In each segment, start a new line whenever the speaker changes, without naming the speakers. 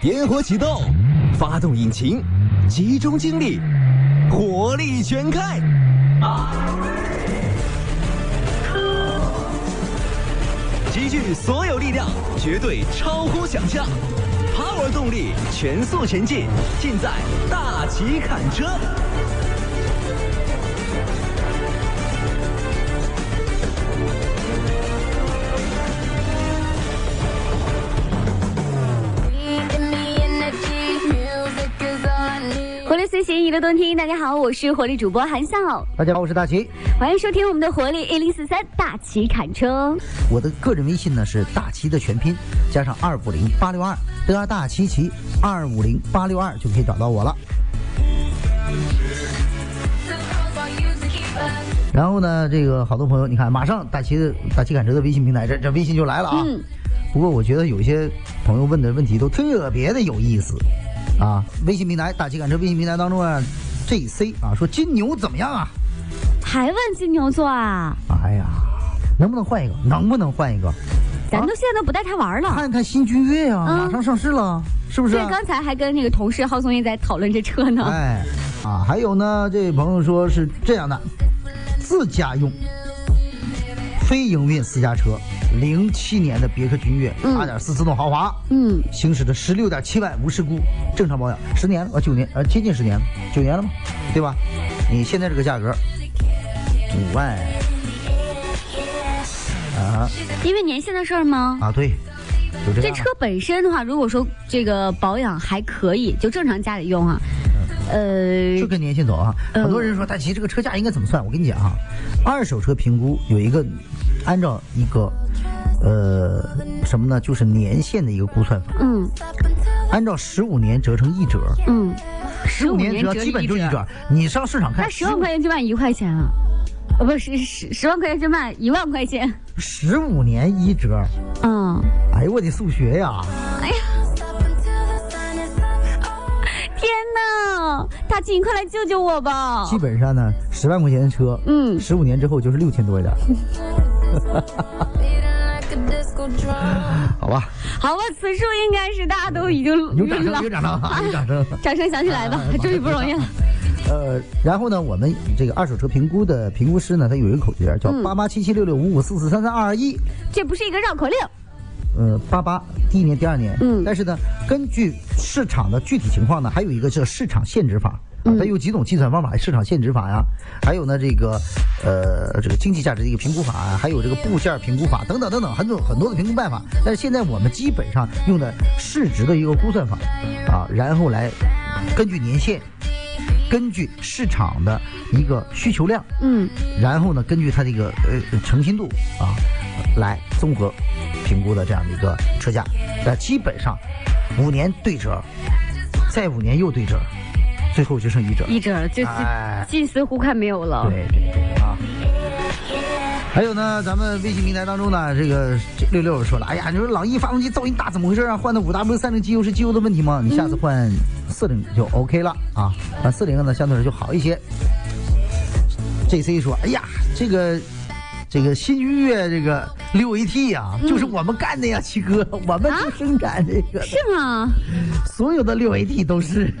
点火启动，发动引擎，集中精力，火力全开！啊！集聚所有力量，绝对超乎想象。Power 动力全速前进，尽在大旗砍车。
活力随行，娱乐动听。大家好，我是活力主播韩笑，
大家好，我是大齐。
欢迎收听我们的活力一零四三大旗砍车。
我的个人微信呢是大齐的全拼加上二五零八六二，的大齐齐二五零八六二就可以找到我了。然后呢，这个好多朋友，你看，马上大齐的大齐赶车的微信平台，这这微信就来了啊。
嗯
不过我觉得有一些朋友问的问题都特别的有意思啊。微信平台大齐赶车微信平台当中啊，JC 啊说金牛怎么样啊？
还问金牛座啊？
哎呀，能不能换一个？能不能换一个？
咱都现在都不带他玩了。
看看新君越啊，
嗯
马上上市了，是不是啊
这？刚才还跟那个同事浩松也在讨论这车呢。
哎，啊，还有呢，这位朋友说是这样的，自家用非营运私家车，零七年的别克君越，
嗯
2.4自动豪华，
嗯，
行驶的十六点七万无事故，正常保养，十年了，啊，九年，呃，接近十年了，九年了吗？对吧？你现在这个价格，五万啊
因为年限的事儿吗？
啊，对，就这
这
样吧
车本身的话，如果说这个保养还可以，就正常家里用啊。呃，
就跟年限走啊。
嗯
很多人说，大齐这个车价应该怎么算？我跟你讲啊，二手车评估有一个按照一个呃什么呢，就是年限的一个估算法，
嗯
按照十五年折成一折，
嗯，十
15
年
折
折
基本就
一
一折。你上市场看
那，十万块钱就卖一块钱啊？呃，不是十十万块钱就卖一万块钱。
十五年一折，
嗯，
哎呦我的数学呀！
哎呀，天哪！大庆，你快来救救我吧！
基本上呢，十万块钱的车，
嗯
十五年之后就是六千多一点，好吧？
好吧，此处应该是大家都已经
有 掌声，
了
有掌声哎啊，有掌声。
掌声响起来吧，终于不容易了。
呃，然后呢，我们这个二手车评估的评估师呢，他有一个口诀叫
嗯
八八七七六六五五四四三三二二一，
这不是一个绕口令，
呃，八八第一年、第二年，
嗯
但是呢，根据市场的具体情况呢，还有一个叫市场限值法。啊，它有几种计算方法，市场限值法呀，还有呢这个，呃，这个经济价值的一个评估法啊，还有这个部件评估法等等等等，很多很多的评估办法。但是现在我们基本上用的市值的一个估算法，啊，然后来根据年限，根据市场的一个需求量，
嗯，
然后呢，根据它这个呃诚信度啊，来综合评估的这样的一个车价，那基本上五年对折，再五年又对折，最后就剩一折。
一折就
哎
近似乎快没有了。
对对对啊。还有呢，咱们微信平台当中呢，这个这六六说了，哎呀，你说朗逸发动机噪音大怎么回事啊？换的五 W 三零机油是机油的问题吗？你下次换四零就 OK 了啊，换四零呢相对来说就好一些。JC 说，哎呀，这个这个新君越这个六 AT 呀、就是我们干的呀，七哥，我们就生产这个，
是吗？
所有的六 AT 都是。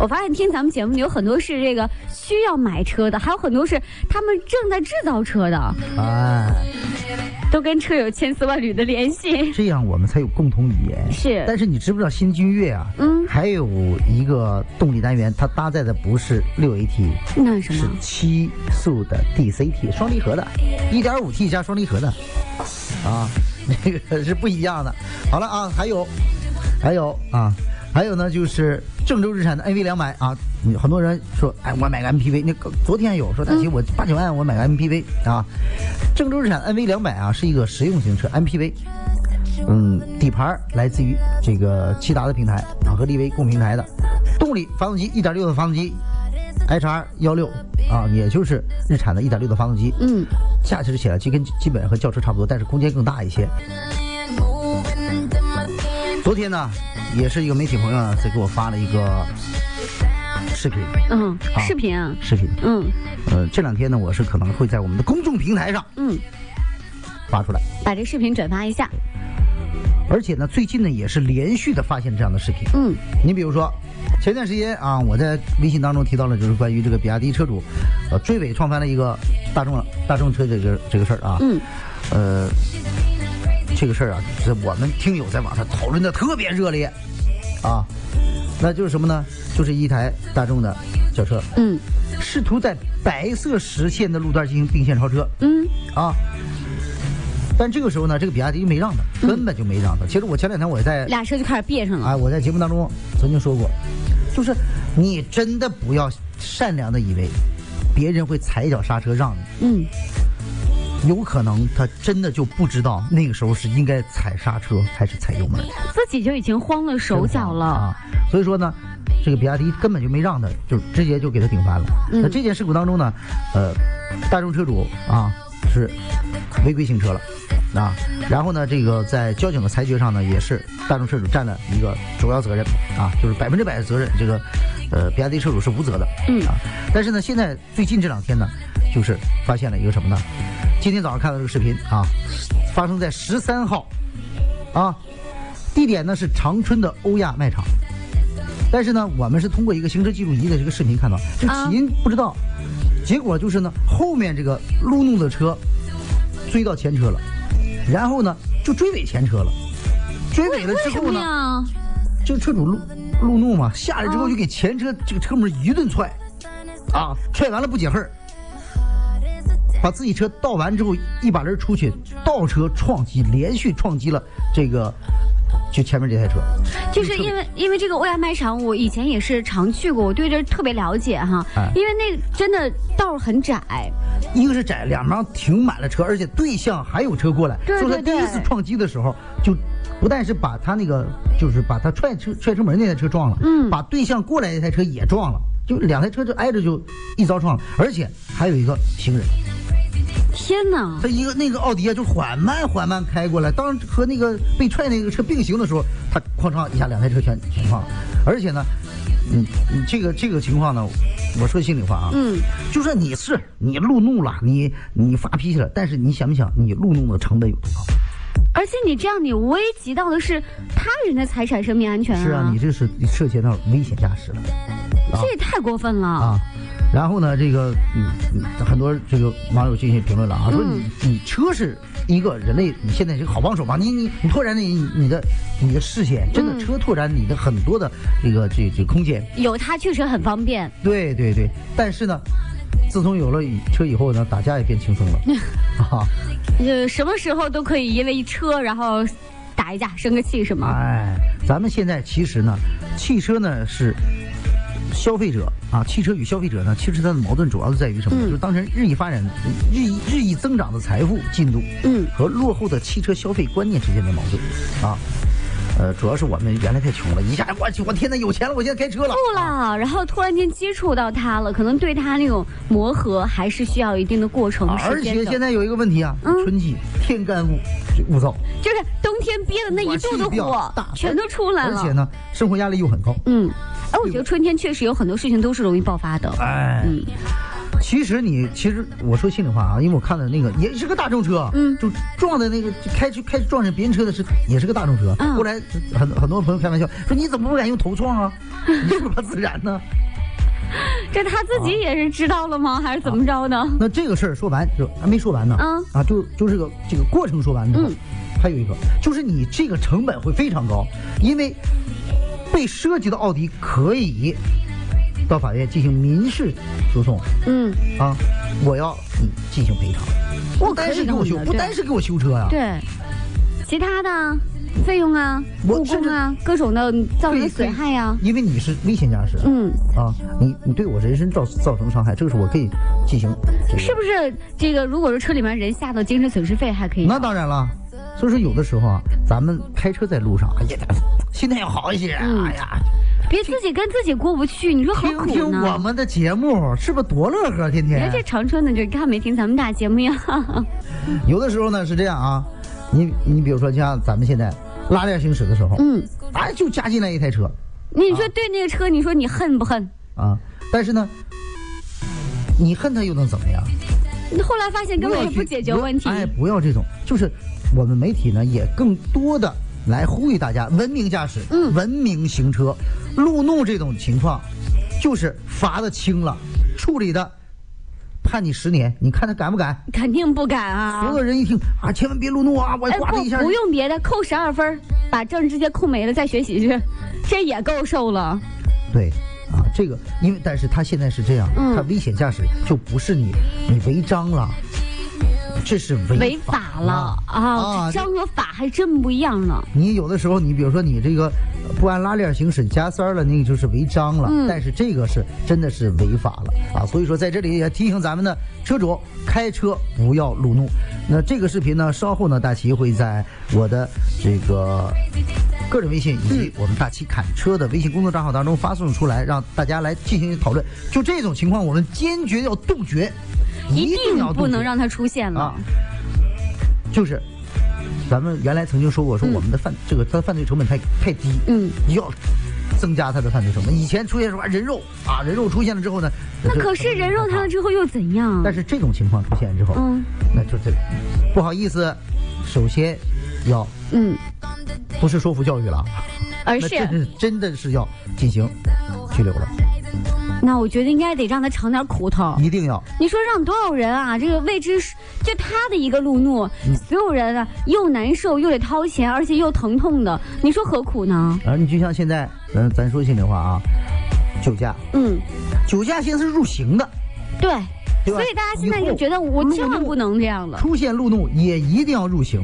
我发现听咱们节目有很多是这个需要买车的，还有很多是他们正在制造车的，
哎，
都跟车有千丝万缕的联系。
这样我们才有共同语言。
是
但是你知不知道新君越啊？
嗯
还有一个动力单元，它搭载的不是六 AT，
那是什
是
么？
七速的 DCT 双离合的，一点五 T 加双离合的，啊， 那个是不一样的。好了啊，还有，还有啊，还有呢，就是郑州日产的 NV 两百啊，你很多人说，哎，我买个 MPV，那个昨天有说，大齐我八九万我买个 MPV 啊，郑州日产 NV 两百啊是一个实用型车 MPV。嗯，底盘儿来自于这个骐达的平台啊和力威共平台的，动力发动机1.6的发动机，HR 1 6啊，也就是日产的1.6的发动机，
嗯，
驾驶起来就跟基本和轿车差不多，但是空间更大一些。昨天呢，也是一个媒体朋友啊呢，在给我发了一个视频，
嗯，
好
视频啊，
视频，
嗯
呃，这两天呢，我是可能会在我们的公众平台上
嗯，
发出来。
把这视频转发一下。
而且呢，最近呢也是连续的发现这样的视频。
嗯，
你比如说，前段时间啊，我在微信当中提到了，就是关于这个比亚迪车主，呃，追尾撞翻了一个大众大众车这个这个事儿啊。
嗯，
呃，这个事儿啊，这我们听友在网上讨论的特别热烈啊。那就是什么呢？就是一台大众的轿车，
嗯
试图在白色实线的路段进行并线超车。
嗯
啊。但这个时候呢，这个比亚迪没让
嗯
他，根本就没让他。其实我前两天我也在，
俩车就开始别上了。
哎，我在节目当中曾经说过，就是你真的不要善良的以为别人会踩一脚刹车让你，
嗯
有可能他真的就不知道那个时候是应该踩刹车还是踩油门。，
自己就已经慌了手脚了。
啊。所以说呢，这个比亚迪根本就没让他，就直接就给他顶翻了。
嗯
那这件事故当中呢，呃，大众车主啊是违规行车了。啊，然后呢，这个在交警的裁决上呢，也是大众车主占了一个主要责任啊，就是百分之百的责任，这个呃比亚迪车主是无责的。
嗯
啊，但是呢，现在最近这两天呢，就是发现了一个什么呢？今天早上看到这个视频啊，发生在十三号啊，地点呢是长春的欧亚卖场。但是呢，我们是通过一个行车记录仪的这个视频看到，这
啊
起因不知道，结果就是呢，后面这个路怒的车追到前车了，然后呢就追尾前车了，追尾了
为
啊之
什
后
么
呢，
呀？
这个车主路路怒嘛，下来之后
啊
就给前车这个车门一顿踹，
哦
啊，踹完了不解恨儿，把自己车倒完之后一把人出去，倒车撞击，连续撞击了这个就前面这台车，
就是因为因为这个欧亚卖场，我以前也是常去过，我对这特别了解哈。
哎
因为那真的道儿很窄，
一个是窄，两旁停满了车，而且对向还有车过来。
对
所以
对
他第一
对
次撞击的时候，就不但是把他那个，就是把他踹车踹车门那台车撞了，
嗯
把对向过来那台车也撞了，就两台车就挨着就一遭撞了，而且还有一个行人，
天哪！
他一个那个奥迪啊，就缓慢缓慢开过来，当和那个被踹那个车并行的时候，他哐当一下，两台车全全撞了。而且呢，嗯，嗯这个这个情况呢，我说心里话啊，
嗯，
就算你是你路怒了，你你发脾气了，但是你想不想，你路怒的成本有多高？
而且你这样，你危及到的是他人的财产、生命安全
是啊，你这是涉嫌到危险驾驶了。
这也太过分了。
啊。然后呢，这个嗯，嗯很多这个网友进行评论了啊，说你你车是一个人类你现在这个好帮手嘛，你你你拓展你你的你的视线，真的车拓展你的很多的这个这这空间，
有它确实很方便，
对对对。但是呢，自从有了以车以后呢，打架也变轻松了啊，
呃，什么时候都可以因为一车然后打一架、生个气什么。
哎，咱们现在其实呢，汽车呢是。消费者啊，汽车与消费者呢，其实它的矛盾主要是在于什么？呢？
嗯
就是当前日益发展、日益日益增长的财富进度，
嗯
和落后的汽车消费观念之间的矛盾啊。呃，主要是我们原来太穷了，一下我去，我天呐，有钱了，我现在开车了。
不 了，然后突然间接触到它了，可能对它那种磨合还是需要一定的过程
啊而
时间
且
的。
现在有一个问题啊，
嗯
春季天干物物燥，
就是冬天憋的那一肚子
火气比较
火
大，
全都出来
而
了。
且呢，生活压力又很高。
嗯，哎，我觉得春天确实有很多事情都是容易爆发的。
哎，
嗯
其实你其实我说心里话啊，因为我看了那个也是个大众车，啊
嗯
就撞的那个就开去开撞上别人车的是也是个大众车。
嗯
后来 很很多朋友开玩笑说你怎么不敢用头撞啊？ 你是不是怕自 燃呢？
这他自己也是知道了吗？还是怎么着呢？
那这个事儿说完就还没说完呢，
嗯
啊，就就是个这个过程说完之后，
嗯
还有一个就是你这个成本会非常高，因为被涉及的奥迪可以到法院进行民事诉讼
嗯，
啊，我要你进行赔偿，
我
不
可
单
以
是给我
弄
修，
的
不单是给我修车呀、
对，其他的费用啊、
我
误
甚
工
至
啊、各种的造成
对
的损害呀、
因为你是危险驾驶，
嗯，
啊，你你对我人身造造成伤害，这个是我可以进行这个
是不是这个？如果说车里面人吓到精神损失费还可以？
那当然了，所以说有的时候啊，咱们开车在路上，哎呀，心态要好一些。
嗯
哎呀，
别自己跟自己过不去，你说何
听
苦
听我
呢？
们的节目，是不是多乐呵？天
你看
天
这长春的，就看没听咱们俩节目呀？
有的时候呢是这样啊，你你比如说像咱们现在拉链行驶的时候，
嗯，
哎，就加进来一台车
你说对那个车，你说你恨不恨？
啊，但是呢，你恨他又能怎么样？
你后来发现根
不
本也
要去
不解决问题。
哎，不要这种，就是我们媒体呢也更多的来呼吁大家文明驾驶，
嗯
文明行车。路怒这种情况，就是罚的轻了，处理的判你十年，你看他敢不敢？
肯定不敢啊
所。有人一听啊，千万别路怒啊！我
哎，
呱的
不
一下，
不用别的，扣十二分儿，把证直接扣没了，再学习去，这也够受了。
对啊，这个因为但是他现在是这样，
嗯
他危险驾驶就不是你你违章了，这是违
违
法
法了啊！
啊！
这章和法还真不一样呢。
你有的时候，你比如说你这个呃不按拉链行驶加塞儿了，那个就是违章了。
嗯
但是这个是真的是违法了啊！所以说在这里也提醒咱们的车主，开车不要路怒。那这个视频呢，稍后呢，大齐会在我的这个。个人微信以及我们大齐砍车的微信公众账号当中发送出来，让大家来进行讨论。就这种情况，我们坚决要杜绝，
一
定
定
要杜绝
不能让它出现了。
啊，就是咱们原来曾经说过，说我们的犯、这个他的犯罪成本太太低，
嗯，
要增加他的犯罪成本。以前出现什么人肉啊，人肉出现了之后呢，
那
这
可是人肉它了之后又怎样？
但是这种情况出现之后，
嗯
那就这不好意思，首先要
嗯，
不是说服教育了，啊
而
那
是
真是真的是要进行拘留了，
那我觉得应该得让他尝点苦头。
一定要
你说让多少人啊？这个未知数，就他的一个路怒，
嗯
所有人啊又难受又得掏钱，而且又疼痛的，你说何苦呢？
而你就像现在，咱咱说心里话啊，酒驾，
嗯，
酒驾现在是入刑的，
对。
对吧
所以大家现在
以后
就觉得我千万不能这样了，
出现路怒也一定要入刑。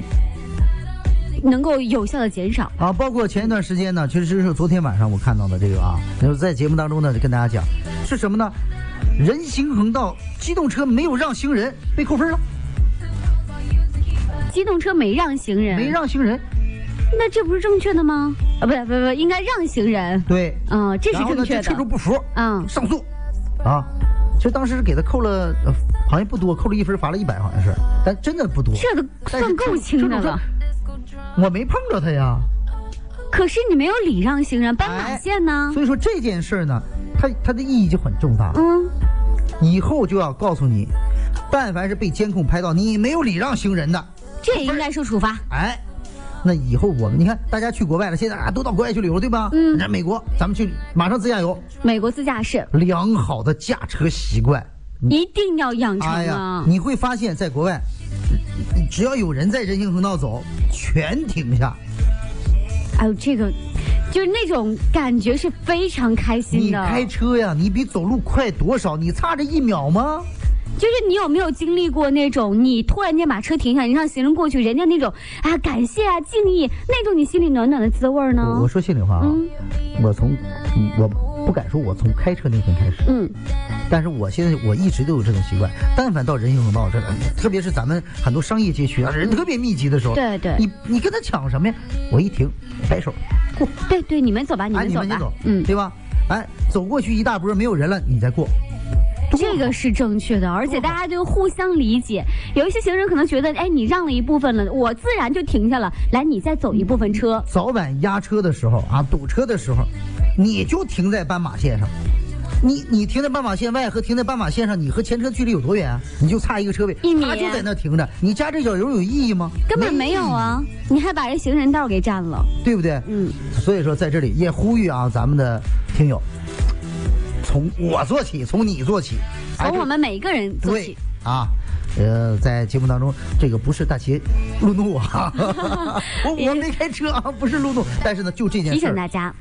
能够有效的减少。
啊，包括前一段时间呢，其实是昨天晚上我看到的这个啊，就是在节目当中呢，就跟大家讲是什么呢？人行横道机动车没有让行人被扣分了，
机动车没让行人，
没让行人，
那这不是正确的吗？啊，不不不，应该让行人。
对，
嗯、这是
然后
正
呢，
确
这车
的。
主不服，
嗯，
上诉，啊，其实当时是给他扣了，呃好像不多，扣了一分，罚了一百，好像是，但真的不多，
这个
但是
算够轻的了。
我没碰着他呀，
可是你没有礼让行人，斑马线呢？
哎所以说这件事儿呢，它它的意义就很重大，
嗯，
以后就要告诉你，但凡是被监控拍到你没有礼让行人的。
这也应该受处罚。
哎，那以后我们你看，大家去国外了，现在啊都到国外去旅游，对吧？
嗯
人家美国，咱们去马上自驾游，
美国自驾是
良好的驾车习惯。
一定要养成
哎呀
啊，！
你会发现在国外，只要有人在人行横道走，全停下。
哎呦，这个就是那种感觉是非常开心
你
的。
开车呀，你比走路快多少？你差这一秒吗？
就是你有没有经历过那种，你突然间把车停下，你让行人过去，人家那种啊感谢啊敬意那种，你心里暖暖的滋味儿
我
呢
我？说心里话啊，
嗯
我从我不敢说我从开车那天开始，
嗯，
但是我现在我一直都有这种习惯，但凡到人行横道这儿，特别是咱们很多商业街区啊，人特别密集的时候，
嗯对对
你你跟他抢什么呀？我一停，摆手，
对对，你们走吧，你
哎，
们
你
走
们先
吧
走，，
嗯，
对吧？哎，走过去一大波没有人了，你再过，
这个是正确的，而且大家就互相理解。有一些行人可能觉得，哎，你让了一部分了，我自然就停下了，来，你再走一部分车。
早晚压车的时候啊，堵车的时候，你就停在斑马线上。你你停在斑马线外和停在斑马线上，你和前车距离有多远啊？你就差一个车位，
一米啊
他就在那停着，你加这脚油有意义吗？
根本没有啊！你还把人行人道给占了，
对不对？
嗯，
所以说在这里也呼吁啊，咱们的听友，从我做起，从你做起，哎
从我们每一个人
这
做
对
起。
啊。呃，在节目当中，这个不是大齐路 怒啊，我我没开车啊，不是路怒，但是呢，就这件
呃提
事
醒大
儿，
家，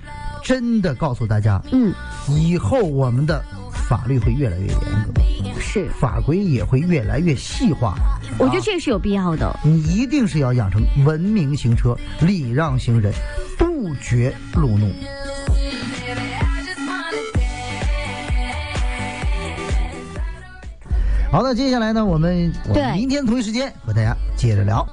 真的告诉大家，
嗯，
以后我们的法律会越来越严格，
是，
法规也会越来越细化。
我觉得这是有必要的。
你一定是要养成文明行车、礼让行人、杜绝路怒。好的，接下来呢，我们我们
对
明天同一时间和大家接着聊。